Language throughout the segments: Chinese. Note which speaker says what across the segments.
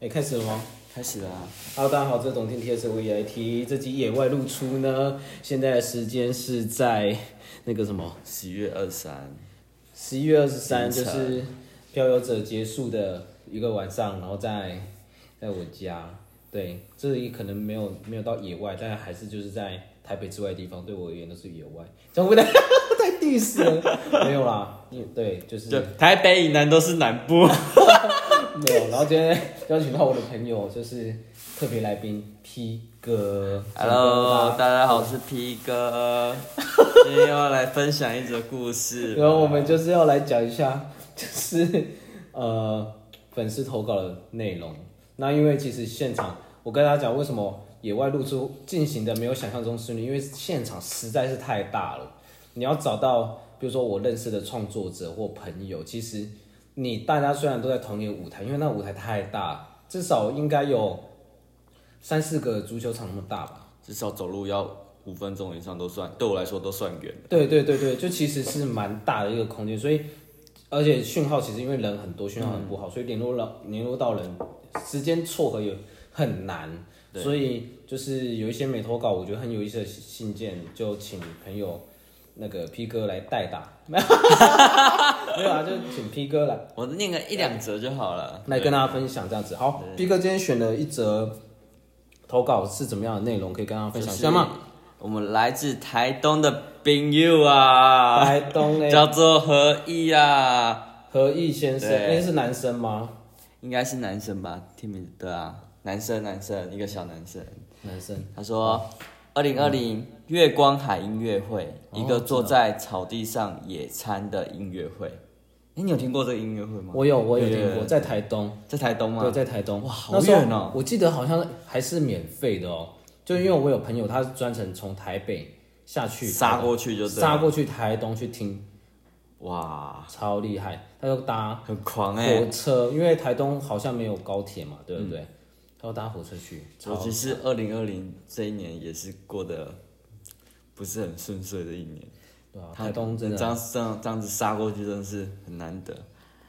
Speaker 1: 哎，开始了吗？
Speaker 2: 开始了啊、
Speaker 1: Hello，大家好，这是总监 T S V I T，这集野外露出呢，现在的时间是在那个什么
Speaker 2: 十月二三，
Speaker 1: 十一月二十三，就
Speaker 2: 凌晨
Speaker 1: 是漂游者结束的一个晚上，然后在在我家，对，这里可能没有没有到野外，但还是就是在台北之外的地方，对我而言都是野外，这样会不会太 diss 了？没有啦，也对，就是
Speaker 2: 就台北以南都是南部。
Speaker 1: 没有。然后今天邀请到我的朋友，就是特别来宾 P 哥
Speaker 2: Hello，大家好，我是 P 哥，今天要来分享一则故事。
Speaker 1: 然后我们就是要来讲一下， 就是呃粉丝投稿的内容。那因为其实现场，我跟大家讲为什么野外露出进行的没有想象中顺利，因为现场实在是太大了。你要找到，比如说我认识的创作者或朋友，其实你大家虽然都在同一个舞台，因为那舞台太大，至少应该有三四个足球场那么大吧。
Speaker 2: 至少走路要五分钟以上都算，对我来说都算远。
Speaker 1: 对对对对，就其实是蛮大的一个空间，所以而且讯号其实因为人很多，讯号很不好，所以联络到联络到人时间撮合也很难。所以就是有一些没投稿，我觉得很有意思的信件，就请朋友那个 P 哥来代打，没有啊，就请 P 哥来
Speaker 2: 我念个一两则就好了。
Speaker 1: 来跟大家分享这样子。好，P 哥今天选了一则投稿是怎么样的内容，可以跟大家分享一下吗？
Speaker 2: 我们来自台东的冰友 啊，
Speaker 1: 台东嘞
Speaker 2: 叫做何毅啊，
Speaker 1: 何毅先生，
Speaker 2: 对
Speaker 1: 那是男生吗？
Speaker 2: 应该是男生吧？听名字对啊，男生男生，一个小男生。
Speaker 1: 男生。
Speaker 2: 他说，二零二零月光海音乐会，
Speaker 1: 哦
Speaker 2: 一个坐在草地上野餐的音乐会。哎、你有听过这个音乐会吗？
Speaker 1: 我有，我有听
Speaker 2: 对
Speaker 1: 过，在台东，
Speaker 2: 在台东
Speaker 1: 对，
Speaker 2: 吗？
Speaker 1: 在台东。
Speaker 2: 哇好
Speaker 1: 那时候
Speaker 2: 远哦！
Speaker 1: 我记得好像还是免费的哦，就因为我有朋友，他是专程从台北下去
Speaker 2: 杀
Speaker 1: 台
Speaker 2: 过去就
Speaker 1: 东，
Speaker 2: 对
Speaker 1: 杀
Speaker 2: 了。
Speaker 1: 过去台东去听，
Speaker 2: 哇，
Speaker 1: 超厉害。他就搭
Speaker 2: 很狂哎、嗯
Speaker 1: 火车，因为台东好像没有高铁嘛，对不对？他就搭火车去，
Speaker 2: 尤
Speaker 1: 超
Speaker 2: 其是二零二零这一年也是过得不是很顺遂的一年。
Speaker 1: 对啊，台东真的，
Speaker 2: 这样这样这样子杀过去真的是很难得。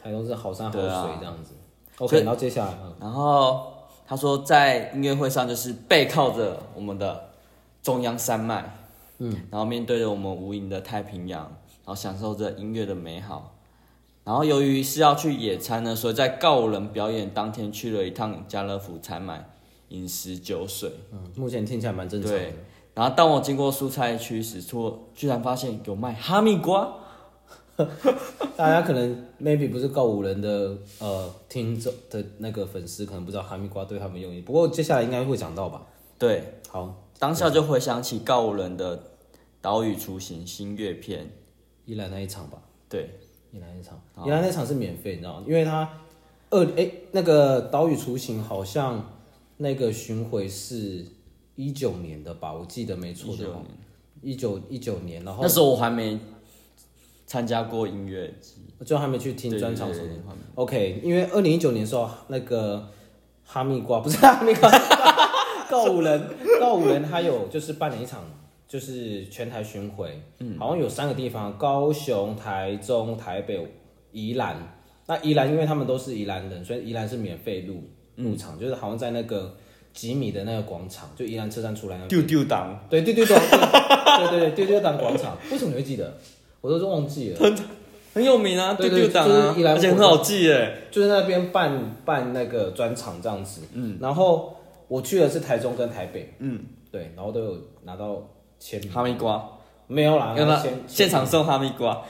Speaker 1: 台东是好山好
Speaker 2: 对啊
Speaker 1: 水这样子。OK，然后接下来嗯
Speaker 2: 然后他说在音乐会上就是背靠着我们的中央山脉，嗯，然后面对着我们无垠的太平洋，然后享受着音乐的美好。然后由于是要去野餐呢，所以在告五人表演当天去了一趟家乐福采买饮食酒水。
Speaker 1: 嗯，目前听起来蛮正常的
Speaker 2: 对。然后当我经过蔬菜区时，突居然发现有卖哈密瓜，
Speaker 1: 大家可能 maybe 不是告五人的呃听众的那个粉丝，可能不知道哈密瓜对他们用意。不过接下来应该会讲到吧？
Speaker 2: 对，
Speaker 1: 好，
Speaker 2: 当下就回想起告五人的《岛屿雏形》新月篇，
Speaker 1: 依兰那一场吧，
Speaker 2: 对，
Speaker 1: 依兰那一场，依兰那场是免费，你知道吗？因为它二哎、那个岛屿雏形好像那个巡回是一九年的吧，我记得没错的话，一九一九年，然后
Speaker 2: 那时候我还没参加过音乐节，
Speaker 1: 就还没去听
Speaker 2: 对
Speaker 1: 专场
Speaker 2: 对
Speaker 1: 什么
Speaker 2: 对
Speaker 1: 的。
Speaker 2: 对
Speaker 1: OK，因为二零一九年的时候，那个哈密瓜不 是哈密瓜，告五人，告五人他有就是办了一场就是全台巡回，嗯，好像有三个地方，高雄、台中、台北、宜兰。那宜兰因为他们都是宜兰人，所以宜兰是免费入入场，就是好像在那个几米的那个广场，就宜兰车站出来那边
Speaker 2: 丢丢党
Speaker 1: 对对对对对对对对对当广场，为什么你会记得？我都是忘记了。
Speaker 2: 很有名啊，
Speaker 1: 对
Speaker 2: 丢
Speaker 1: 对
Speaker 2: 丢党啊
Speaker 1: 就，是一来
Speaker 2: 而且很好记哎。
Speaker 1: 就是那边办办那个专场这样子，嗯，然后我去的是台中跟台北，嗯，对，然后都有拿到签名，
Speaker 2: 哈密瓜，
Speaker 1: 没有啦，
Speaker 2: 要
Speaker 1: 那
Speaker 2: 不
Speaker 1: 个
Speaker 2: 要
Speaker 1: 签
Speaker 2: 现场送哈密瓜？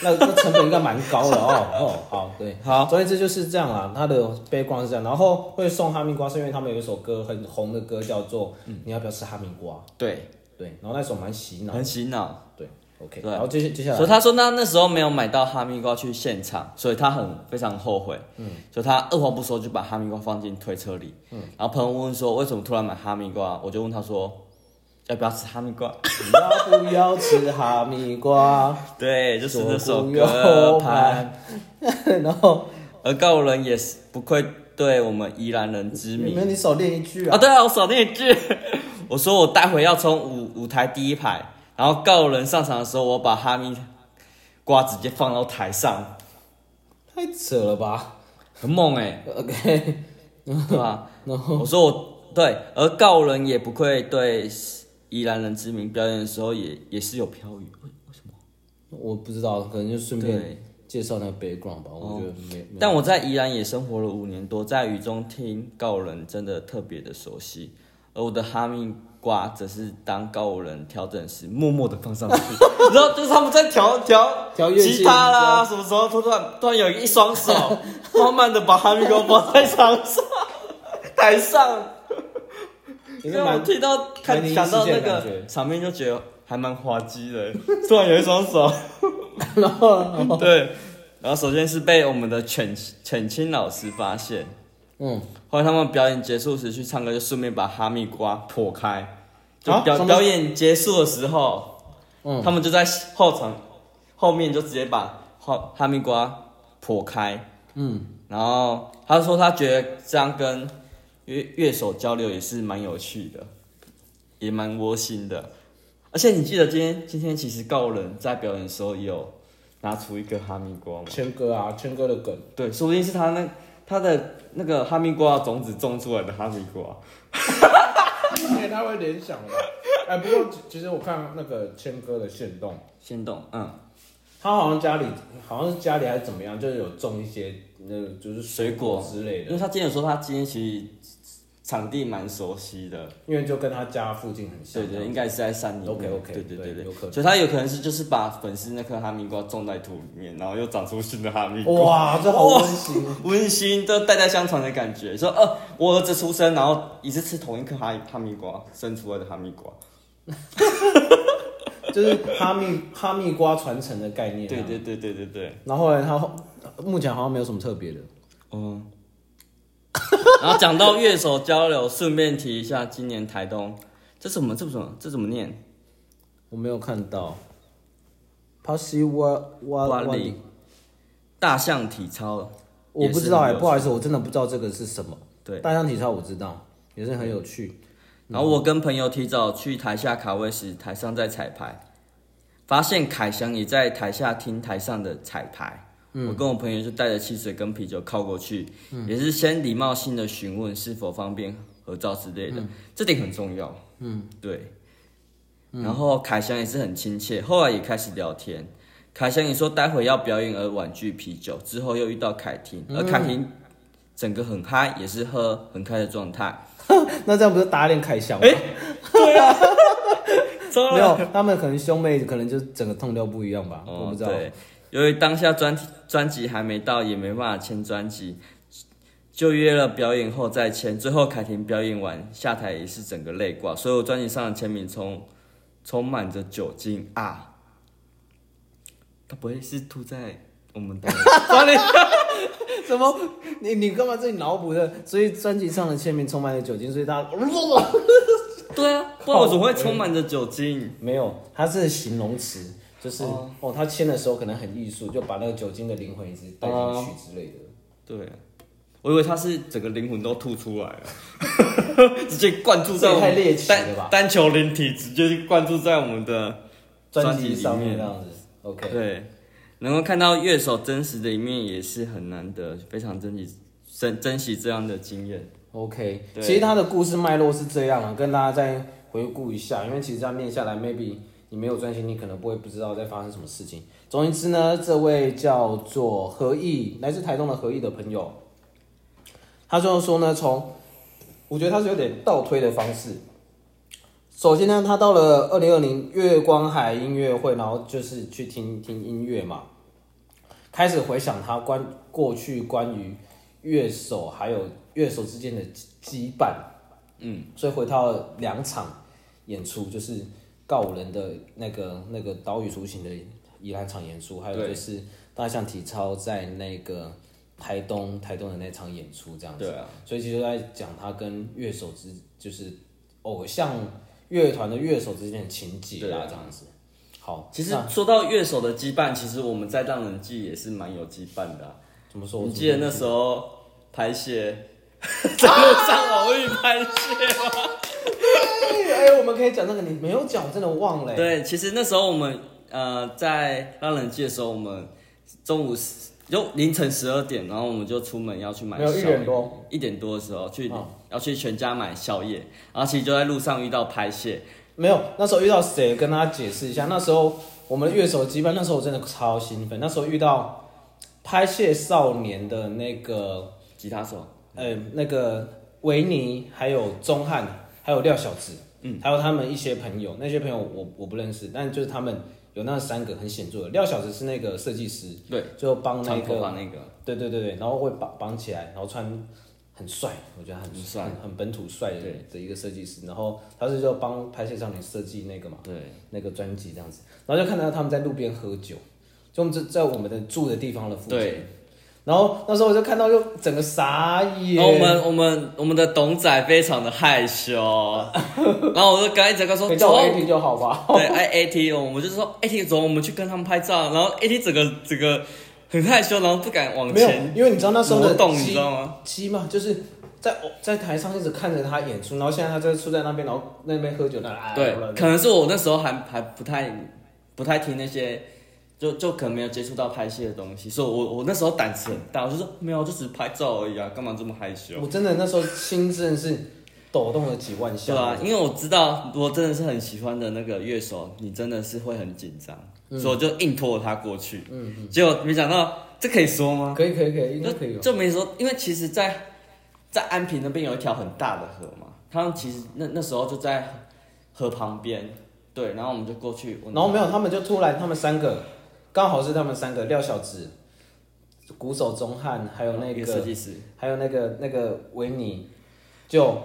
Speaker 1: 那那成本应该蛮高的 哦，哦，好，对，
Speaker 2: 好，
Speaker 1: 总而言之就是这样啦，他的背光是这样，然后会送哈密瓜是因为他们有一首歌很红的歌叫做
Speaker 2: 嗯
Speaker 1: 你要不要吃哈密瓜，
Speaker 2: 对，
Speaker 1: 对，然后那首蛮洗脑，
Speaker 2: 很洗脑。
Speaker 1: 对，OK，
Speaker 2: 对
Speaker 1: 然后接接下
Speaker 2: 所以
Speaker 1: 来
Speaker 2: 他说那那时候没有买到哈密瓜去现场，所以他很非常后悔。嗯，所以他二话不说就把哈密瓜放进推车里。嗯，然后朋友问说为什么突然买哈密瓜，我就问他说要不要吃哈密 瓜？
Speaker 1: 你要不要吃哈密瓜，
Speaker 2: 对， 就是那
Speaker 1: 左
Speaker 2: 首
Speaker 1: 顾
Speaker 2: 歌
Speaker 1: 右
Speaker 2: 拍。
Speaker 1: 盼， 然后
Speaker 2: 而告人也是不愧对我们宜兰人之
Speaker 1: 你
Speaker 2: 名
Speaker 1: 们你少练一句
Speaker 2: 啊！
Speaker 1: 啊，
Speaker 2: 对啊，我少那一句， 我说我待会要从舞舞台第一排，然后告人上场的时候，我把哈密瓜直接放到台上，
Speaker 1: 太扯了吧。
Speaker 2: 很猛哎、
Speaker 1: OK，
Speaker 2: 对吧？我说我对，而告人也不愧对宜兰人之名，表演的时候也也是有飘雨，
Speaker 1: 我不知道，可能就顺便
Speaker 2: 对。哦
Speaker 1: 介绍那个 background 吧，我觉得没。没
Speaker 2: 但我在宜兰也生活了五年多，在雨中听告人真的特别的熟悉，而我的哈密瓜则是当告人调整时默默的放 上去，然后就是他们在调调
Speaker 1: 调乐器
Speaker 2: 吉他啦，什么时候突然突然有一 双手慢慢的把哈密瓜放在场上台上，
Speaker 1: 也
Speaker 2: 因
Speaker 1: 是
Speaker 2: 为我
Speaker 1: 蛮
Speaker 2: 听到看
Speaker 1: 蛮灵异
Speaker 2: 想到
Speaker 1: 事件
Speaker 2: 那
Speaker 1: 的感觉
Speaker 2: 个场面就觉得还蛮滑稽的，突然有一双 手。
Speaker 1: 然后嗯
Speaker 2: 对，然后首先是被我们的犬犬青老师发现，
Speaker 1: 嗯，
Speaker 2: 后来他们表演结束时去唱歌，就顺便把哈密瓜破开。就
Speaker 1: 啊
Speaker 2: 表、
Speaker 1: 他们
Speaker 2: 表演结束的时候，
Speaker 1: 嗯
Speaker 2: 他们就在后场后面就直接把哈哈密瓜破开，
Speaker 1: 嗯，
Speaker 2: 然后他说他觉得这样跟乐乐手交流也是蛮有趣的，也蛮窝心的。而且你记得今天今天其实告人在表演的时候也有拿出一个哈密瓜吗？
Speaker 1: 谦哥啊，谦哥的梗，
Speaker 2: 对，说不定是他那他的那个哈密瓜的种子种出来的哈密瓜。
Speaker 1: 他会联想的。 哎，不过其实我看那个谦哥的线动，
Speaker 2: 先动，嗯，
Speaker 1: 他好像家里好像是家里还是怎么样，就是有种一些那个就是水果之类
Speaker 2: 因
Speaker 1: 的，
Speaker 2: 为他今天有说他今天其实场地蛮熟悉的，
Speaker 1: 因为就跟他家附近很像
Speaker 2: 对。对，应该是在山里面。
Speaker 1: OK，OK，
Speaker 2: 对对
Speaker 1: 对
Speaker 2: 对对，
Speaker 1: 有可能
Speaker 2: 所以他有可能是就是把粉丝那颗哈密瓜种在土里面，然后又长出新的哈密瓜。
Speaker 1: 哇，这好温馨。
Speaker 2: 温馨，这代代相传的感觉。说，呃，我儿子出生，然后也是吃同一颗哈哈密瓜生出来的哈密瓜。
Speaker 1: 就是哈密哈密瓜传承的概念、啊
Speaker 2: 对。啊对对对对对。
Speaker 1: 然后后来他后目前好像没有什么特别的。
Speaker 2: 嗯， 然后讲到乐手交流，顺便提一下，今年台东这怎么这怎么这怎么念？
Speaker 1: 我没有看到。Pussy 哇哇
Speaker 2: 瓜
Speaker 1: 哇！
Speaker 2: 里大象体操，
Speaker 1: 我不知道哎、
Speaker 2: 也是很有趣
Speaker 1: 不好意思，我真的不知道这个是什么。
Speaker 2: 对
Speaker 1: 大象体操我知道，也是很有趣。
Speaker 2: 然后我跟朋友提早去台下卡位时，台上在彩排，发现凯翔也在台下听台上的彩排。我跟我朋友就带着汽水跟啤酒靠过去，也是先礼貌性的询问是否方便合照之类的，这点很重要。嗯，对。然后凯翔也是很亲切，后来也开始聊天。凯翔也说待会要表演而婉拒啤酒，之后又遇到凯婷，而凯婷整个很嗨，也是喝很开的状态。
Speaker 1: 那这样不是打脸凯翔吗？
Speaker 2: 啊
Speaker 1: 没有，他们可能兄妹可能就整个痛调不一样吧，
Speaker 2: 哦，
Speaker 1: 我不知道。
Speaker 2: 对，由于当下专专辑还没到，也没办法签专辑，就约了表演后再签。最后凯婷表演完下台也是整个泪挂，所有专辑上的签名充充满着酒精啊！他不会是吐在我 们的专辑？
Speaker 1: 什么？你你干嘛自己脑补的？所以专辑上的签名充满了酒精，所以大 家
Speaker 2: 对啊，不然我怎么会充满着酒精？
Speaker 1: 没有，它是形容词，就是哦他签的时候可能很艺术，就把那个酒精的灵魂一直带进
Speaker 2: 哦
Speaker 1: 去之类的。
Speaker 2: 对啊、我以为他是整个灵魂都吐出来了， 直接灌注
Speaker 1: 这
Speaker 2: 在
Speaker 1: 也
Speaker 2: 我
Speaker 1: 太
Speaker 2: 们
Speaker 1: 猎奇了
Speaker 2: 单
Speaker 1: 吧
Speaker 2: 单球灵体，直接灌注在我们的。
Speaker 1: 专
Speaker 2: 专
Speaker 1: 辑
Speaker 2: 辑
Speaker 1: 上
Speaker 2: 上
Speaker 1: 面啊
Speaker 2: 面
Speaker 1: 这
Speaker 2: 这
Speaker 1: 样子。OK，
Speaker 2: 对，能够看到乐手真实的一面也是很难得，非常珍惜珍珍惜这样的经验。
Speaker 1: OK，
Speaker 2: 对
Speaker 1: 其实他的故事脉络是这样啊，跟大家再回顾一下，因为其实这样念下来，maybe 你没有专心，你可能不会不知道在发生什么事情。总而言之呢，这位叫做何毅，来自台东的何毅的朋友，他最后说呢，从我觉得他是有点倒推的方式。首先呢，他到了二零二零月光海音乐会，然后就是去听听音乐嘛，开始回想他关过去关于乐手还有乐手之间的羁绊，嗯，所以回到了两场演出，就是告五人的那个那个岛屿雏形的宜兰场演出，还有
Speaker 2: 对
Speaker 1: 就是大象体操在那个台东台东的那场演出这样子，
Speaker 2: 对啊，
Speaker 1: 所以其实就在讲他跟乐手之就是偶像乐团的乐手之间的情节啦，这样子。好，
Speaker 2: 啊其实
Speaker 1: 那
Speaker 2: 说到乐手的羁绊，其实我们在《让人记》也是蛮有羁绊的啊、
Speaker 1: 怎么说？
Speaker 2: 你记得那时候拍戏， 在路上偶遇拍戏。
Speaker 1: 哎、我们可以讲那个，你没有讲，我真的忘了、欸。
Speaker 2: 对，其实那时候我们呃在《让人记》的时候，我们中午就凌晨十二点，然后我们就出门要去买
Speaker 1: 没有一
Speaker 2: 宵
Speaker 1: 点
Speaker 2: 夜
Speaker 1: 多，
Speaker 2: 一点多的时候去、
Speaker 1: 哦
Speaker 2: 要去全家买宵夜，然后其实就在路上遇到拍蟹，
Speaker 1: 没有，那时候遇到谁跟大家解释一下。那时候我们的乐手羁绊，那时候我真的超兴奋。那时候遇到拍戏少年的那个
Speaker 2: 吉他手，
Speaker 1: 呃那个维尼，还有钟汉，还有廖小子，嗯，还有他们一些朋友，那些朋友我我不认识，但就是他们有那三个很显著的。廖小子是那个设计师，
Speaker 2: 对，
Speaker 1: 就帮那
Speaker 2: 长头发
Speaker 1: 个，
Speaker 2: 那个，
Speaker 1: 对对对对，然后会绑绑起来，然后穿很帅，我觉得他很
Speaker 2: 很帅
Speaker 1: 很很本土帅的
Speaker 2: 对
Speaker 1: 的一个设计师。然后他是就帮拍戏少年设计那个嘛。
Speaker 2: 对，
Speaker 1: 那个专辑这样子，然后就看到他们在路边喝酒，就我们在在我们的住的地方的附近。
Speaker 2: 对，
Speaker 1: 然后那时候我就看到，就整个傻眼。
Speaker 2: 然后我们我们我们的董仔非常的害羞， 然后我就跟一整个说
Speaker 1: 可以叫
Speaker 2: 走
Speaker 1: 我，AT 就好吧。
Speaker 2: 对，哎 AT，我们就说 AT 走，我们去跟他们拍照，然后 AT 整个整个很害羞，然后不敢往
Speaker 1: 没有
Speaker 2: 前，
Speaker 1: 因为你知道那时候
Speaker 2: 挪
Speaker 1: 的
Speaker 2: 动，你知
Speaker 1: 鸡
Speaker 2: 道吗？
Speaker 1: 鸡嘛，就是在在台上一直看着他演出，然后现在他在住在那边，然后那边喝酒，那啊
Speaker 2: 对
Speaker 1: 啊，
Speaker 2: 可能是我那时候还还不太不太听那些，就就可能没有接触到拍戏的东西，所以我我那时候胆子很大，我就说没有，就只是拍照而已啊，干嘛这么害羞？
Speaker 1: 我真的那时候心真的是抖动了几万下。
Speaker 2: 对啊，因为我知道我真的是很喜欢的那个乐手，你真的是会很紧张，
Speaker 1: 嗯
Speaker 2: 所以我就硬拖他过去。嗯结果没想到这可以说吗？
Speaker 1: 可以可以可以，应该可以
Speaker 2: 就
Speaker 1: 吧。
Speaker 2: 就没说，因为其实在，在安平那边有一条很大的河嘛，他们其实那那时候就在河旁边，对，然后我们就过去，我
Speaker 1: 然后没有，他们就突然，他们三个刚好是他们三个廖小子、鼓手钟汉，还有那
Speaker 2: 一设
Speaker 1: 个
Speaker 2: 计师，
Speaker 1: 还有那个那个维尼，就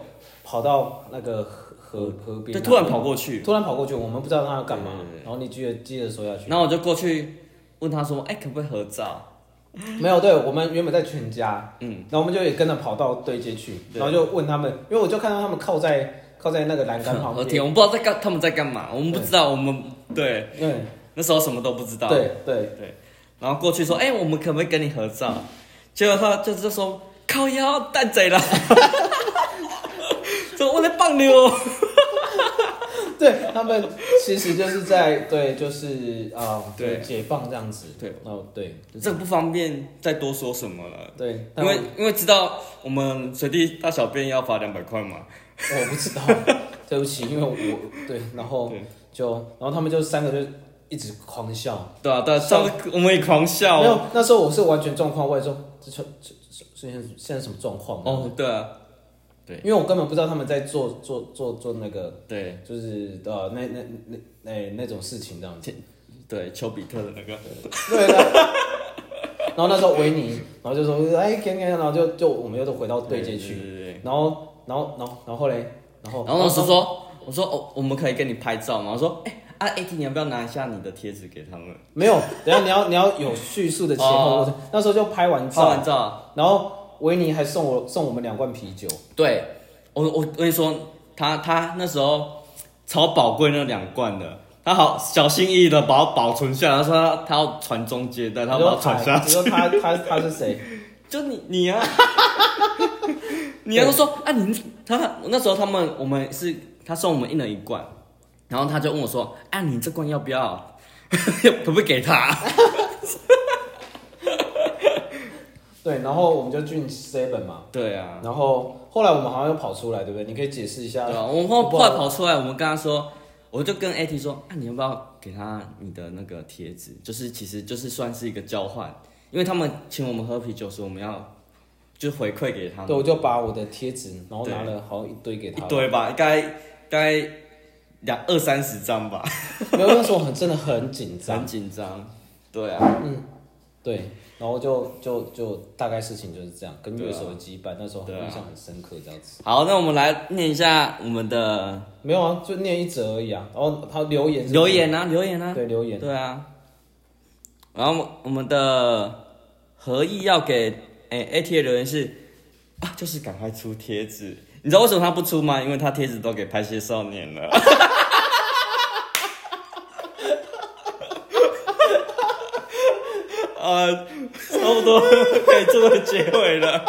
Speaker 1: 跑到那个河河河边，
Speaker 2: 就嗯突然跑过去，
Speaker 1: 突然跑过去，我们不知道他要干嘛
Speaker 2: 对对。
Speaker 1: 然后你记得记得说要去，
Speaker 2: 然后我就过去问他说，哎、可不可以合照？
Speaker 1: 没有，对我们原本在全家，
Speaker 2: 嗯，
Speaker 1: 然后我们就也跟着跑到对街去，
Speaker 2: 对
Speaker 1: 然后就问他们，因为我就看到他们靠在靠在那个栏杆旁
Speaker 2: 我
Speaker 1: 边，
Speaker 2: 天，我们不知道在干他们在干嘛，我们不知道，我们对
Speaker 1: 嗯，
Speaker 2: 那时候什么都不知道，
Speaker 1: 对对，
Speaker 2: 然后过去说：“哎、我们可不可以跟你合照？”结果他就是说：“靠腰蛋贼了， 说我在放牛。
Speaker 1: 对他们其实就是在对，就是啊、
Speaker 2: 对
Speaker 1: 解放这样子，
Speaker 2: 对，
Speaker 1: 哦，对”
Speaker 2: 这个不方便再多说什么了，
Speaker 1: 对，
Speaker 2: 因
Speaker 1: 但
Speaker 2: 为因为知道我们随地大小便要罚两百块嘛。
Speaker 1: 我我不 知道，对不起，因为我对，然后
Speaker 2: 对
Speaker 1: 就然后他们就三个就一直狂笑，
Speaker 2: 对啊，对啊，上次我们也狂笑
Speaker 1: 没
Speaker 2: 哦。
Speaker 1: 有，那时候我是完全状况外说，这这这这现在现在什么状况？
Speaker 2: 哦，对啊，
Speaker 1: 因为我根本不知道他们在做做做做那个，
Speaker 2: 对
Speaker 1: 就是呃那那那那哎那种事情这样子。
Speaker 2: 对，丘比特的那个，
Speaker 1: 对 的。然后那时候维尼，然后就说哎，给给，然后就就我们又都回到对街去，
Speaker 2: 对对对。
Speaker 1: 然后然后然后然后后嘞，然后
Speaker 2: 然后我是说，我说哦，我们可以跟你拍照吗？我说，哎、啊，AT，你要不要拿一下你的贴纸给他们？
Speaker 1: 没有，等一下你要你要有叙述的前后过程。那时候就拍完
Speaker 2: 哦拍
Speaker 1: 照，
Speaker 2: 完照，
Speaker 1: 然后维尼还送我送我们两罐啤酒，
Speaker 2: 对，我我我跟你说，他他那时候超宝贵那两罐的，他好小心翼翼的把它保存下来，他说他他要传宗接代，他
Speaker 1: 然
Speaker 2: 把
Speaker 1: 后
Speaker 2: 它传下
Speaker 1: 你说他他他是谁？
Speaker 2: 就你你啊， 你要说啊你他那时候他们我们是他送我们一人一罐，然后他就问我说啊你这罐要不要， 可不可以给他？
Speaker 1: 对，然后我们就进 seven 嘛，
Speaker 2: 对啊，
Speaker 1: 然后后来我们好像又跑出来，对不对？你可以解释一下。
Speaker 2: 对啊，我们后后来跑出来，我们跟他说，我就跟 AT 说，啊，你要不要给他你的那个贴纸？就是其实就是算是一个交换，因为他们请我们喝啤酒时，我们要就回馈给他
Speaker 1: 对，
Speaker 2: 们
Speaker 1: 我就把我的贴纸，然后拿了好像一堆给
Speaker 2: 一
Speaker 1: 他。
Speaker 2: 堆吧，应该应该两二三十张吧，
Speaker 1: 没有，那时候我很真的很紧张
Speaker 2: 很。紧张。对啊，
Speaker 1: 对，然后就就就大概事情就是这样，跟
Speaker 2: 对啊
Speaker 1: 乐手的羁绊，那时候
Speaker 2: 对啊
Speaker 1: 印象很深刻，这样子。
Speaker 2: 好，那我们来念一下我们的
Speaker 1: 没有啊，就念一则而已啊。然后他留言是
Speaker 2: 留言啊，留言啊，
Speaker 1: 对留言，
Speaker 2: 对啊，然后我们的合意要给哎诶 AT 的留言是啊，就是赶快出贴纸。你知道为什么他不出吗？因为他贴纸都给拍戏少年了。 啊，差不多可以做个结尾了。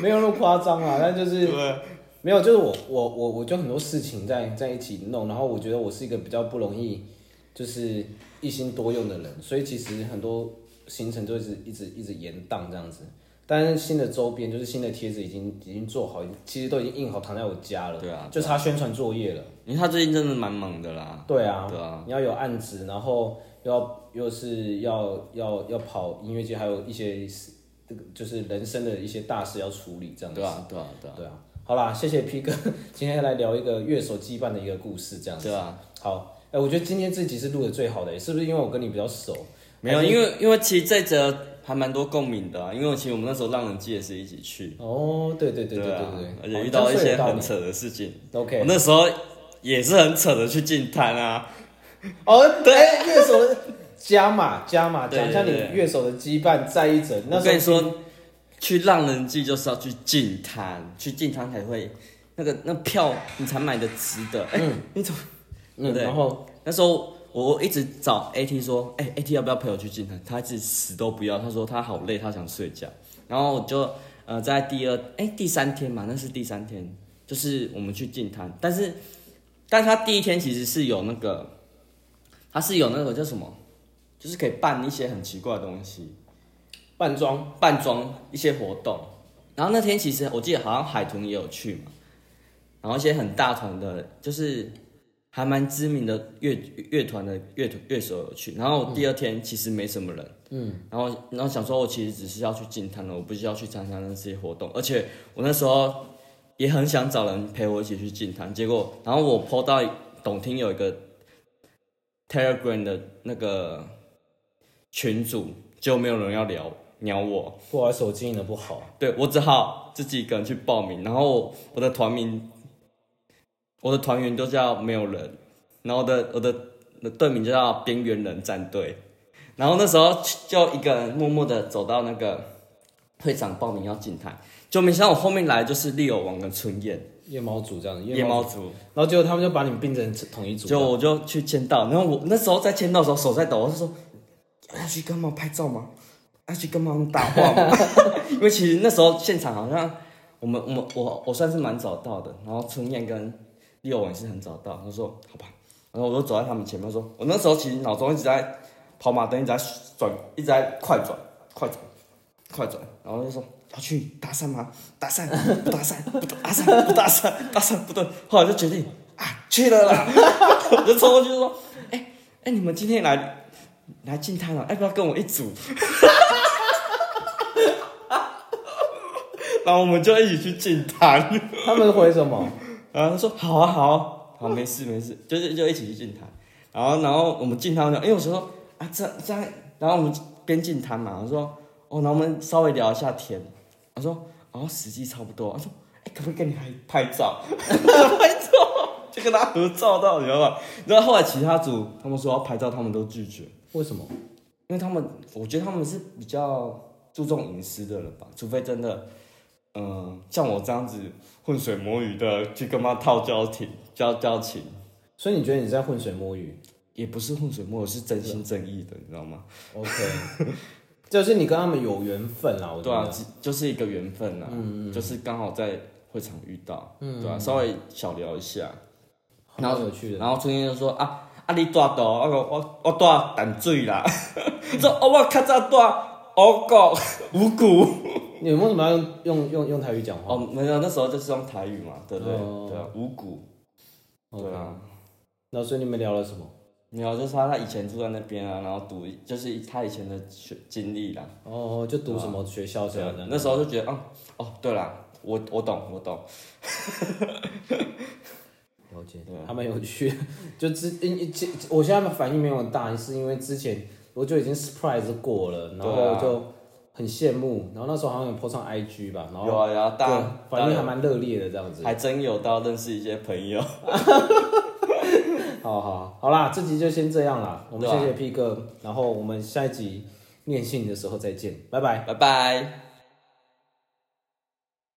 Speaker 1: 没有那么夸张啊，但就是
Speaker 2: 对
Speaker 1: 没有，就是我我我我就很多事情在在一起弄，然后我觉得我是一个比较不容易就是一心多用的人，所以其实很多行程就一直一直一直延宕这样子。但是新的周边就是新的贴纸已经已经做好，已经其实都已经印好，躺在我家了。
Speaker 2: 对啊
Speaker 1: 就差宣传作业了。
Speaker 2: 因为他最近真的蛮忙的啦。
Speaker 1: 对啊，
Speaker 2: 对啊，
Speaker 1: 你要有案子，然后又要又是要要要跑音乐节，还有一些事这个就是人生的一些大事要处理，这样子。
Speaker 2: 对啊，对啊，对啊，
Speaker 1: 对啊，好啦，谢谢 P 哥， 今天来聊一个乐手羁绊的一个故事，这样子。
Speaker 2: 对啊，
Speaker 1: 好，哎、我觉得今天这集是录的最好的、是不是因为我跟你比较熟？
Speaker 2: 没有，因为因为其实这则还蛮多共鸣的、啊，因为其实我们那时候浪人季也是一起去，
Speaker 1: 哦，对对对对对
Speaker 2: 啊
Speaker 1: 对，
Speaker 2: 而且遇到一
Speaker 1: 好这样说
Speaker 2: 些
Speaker 1: 有道
Speaker 2: 很
Speaker 1: 理
Speaker 2: 扯的事情。我
Speaker 1: OK，
Speaker 2: 哦那时候也是很扯的去进摊啊，
Speaker 1: 哦，对，乐手的加码加码，
Speaker 2: 对
Speaker 1: 讲一下你
Speaker 2: 对对
Speaker 1: 乐手的羁绊在一整。那
Speaker 2: 我
Speaker 1: 时候
Speaker 2: 跟你说，去浪人季就是要去进摊，去进摊才会那个那票你才买的值得。哎、你怎么？对
Speaker 1: 嗯，
Speaker 2: 不对
Speaker 1: 然后
Speaker 2: 那时候我我一直找 AT 说，哎、a t 要不要陪我去进摊？他一直死都不要，他说他好累，他想睡觉。然后我就呃在第二哎、第三天嘛，那是第三天，就是我们去进摊，但是但他第一天其实是有那个，他是有那个叫什么，就是可以办一些很奇怪的东西，
Speaker 1: 扮装
Speaker 2: 扮装一些活动。然后那天其实我记得好像海豚也有去嘛，然后一些很大团的，就是还蛮知名的乐乐团的乐乐手有去。然后第二天其实没什么人，嗯，然后然后想说我其实只是要去进摊了，我不是要去参加那些活动，而且我那时候也很想找人陪我一起去进摊，结果然后我 PO 到董听有一个 Telegram 的那个群组，就没有人要聊鸟我。
Speaker 1: 不好意思，我经营的不好。
Speaker 2: 对我只好自己一个人去报名，然后我的团名，我的团员都叫没有人，然后我的我的我的队名就叫边缘人战队，然后那时候就一个人默默的走到那个会场报名要进台，就没想到我后面来的就是利友王跟春燕
Speaker 1: 夜猫族这样子，
Speaker 2: 夜猫族，
Speaker 1: 然后结果他们就把你们并成统一组，
Speaker 2: 就我就去签到，然后我那时候在签到的时候手在抖，我就说要去干嘛拍照吗？要去干嘛打话吗？ 因为其实那时候现场好像我们我们我我算是蛮早到的，然后春燕跟六文是很早到，他说好吧，然后我就走在他们前面说，我那时候其实脑中一直在跑马灯，一直在转，一直在快转快转快转，然后就说。要去搭讪吗？搭讪 不搭讪？不搭讪不搭讪？ 搭讪不对。后来就决定啊，去了啦。 我就冲过去说：“哎、哎、你们今天来来进摊了，要不要跟我一组？” 然后我们就一起去进摊。
Speaker 1: 他们回什么？
Speaker 2: 然后他说好啊好啊好没事没事，就是就一起去进摊，然后然后我们进摊的时候，因为我想说啊这这样，然后我们边进摊嘛，我说哦，然后我们稍微聊一下天，我说哦时机差不多，他说哎可不可以跟你拍拍照， 拍照就跟他合照到，你知道吗？然后后来其他组他们说要拍照，他们都拒绝，
Speaker 1: 为什么？
Speaker 2: 因为他们我觉得他们是比较注重隐私的人吧，除非真的，嗯、像我这样子浑水摸鱼的去跟他套交情交交情，
Speaker 1: 所以你觉得你在浑水摸鱼
Speaker 2: 也不是浑水摸鱼，是真心真意的，你知道吗？
Speaker 1: ？OK，就是 你跟他们有缘分啦，我觉
Speaker 2: 对
Speaker 1: 得。
Speaker 2: 啊，只就是一个缘分
Speaker 1: 嗯
Speaker 2: 啊，就是刚好在会场遇到，对啊，稍微小聊一下，
Speaker 1: 然嗯后有趣的，
Speaker 2: 然后春燕就说啊啊你住倒，我讲我我住淡水啦， 说哦我较早住五谷五谷。
Speaker 1: 你为什么要用用用用台语讲话？
Speaker 2: 哦，没有，那时候就是用台语嘛，对不对？
Speaker 1: 哦
Speaker 2: 对啊，五谷，对啊。
Speaker 1: 那所以你们聊了什么？
Speaker 2: 没有，就是他他以前住在那边啊，然后读就是他以前的学经历啦，
Speaker 1: 哦，就读什么学校这
Speaker 2: 对啊
Speaker 1: 样的。
Speaker 2: 那时候就觉得，嗯，哦，对啦，我我懂，我懂，
Speaker 1: 了解
Speaker 2: 对啊，
Speaker 1: 他蛮有趣 的。就之，因因其我现在反应没有很大，是因为之前我就已经 surprise 过了，然
Speaker 2: 对啊
Speaker 1: 后就很羡慕，然后那时候好像有 po 上 IG 吧，然后
Speaker 2: 有啊，然后大
Speaker 1: 哦对反应还蛮热烈的这样子。
Speaker 2: 还真有到认识一些朋友，
Speaker 1: 好好好啦，这集就先这样啦，我们
Speaker 2: 对啊
Speaker 1: 谢谢 P 哥，然后我们下一集念信的时候再见，拜拜。
Speaker 2: 拜拜。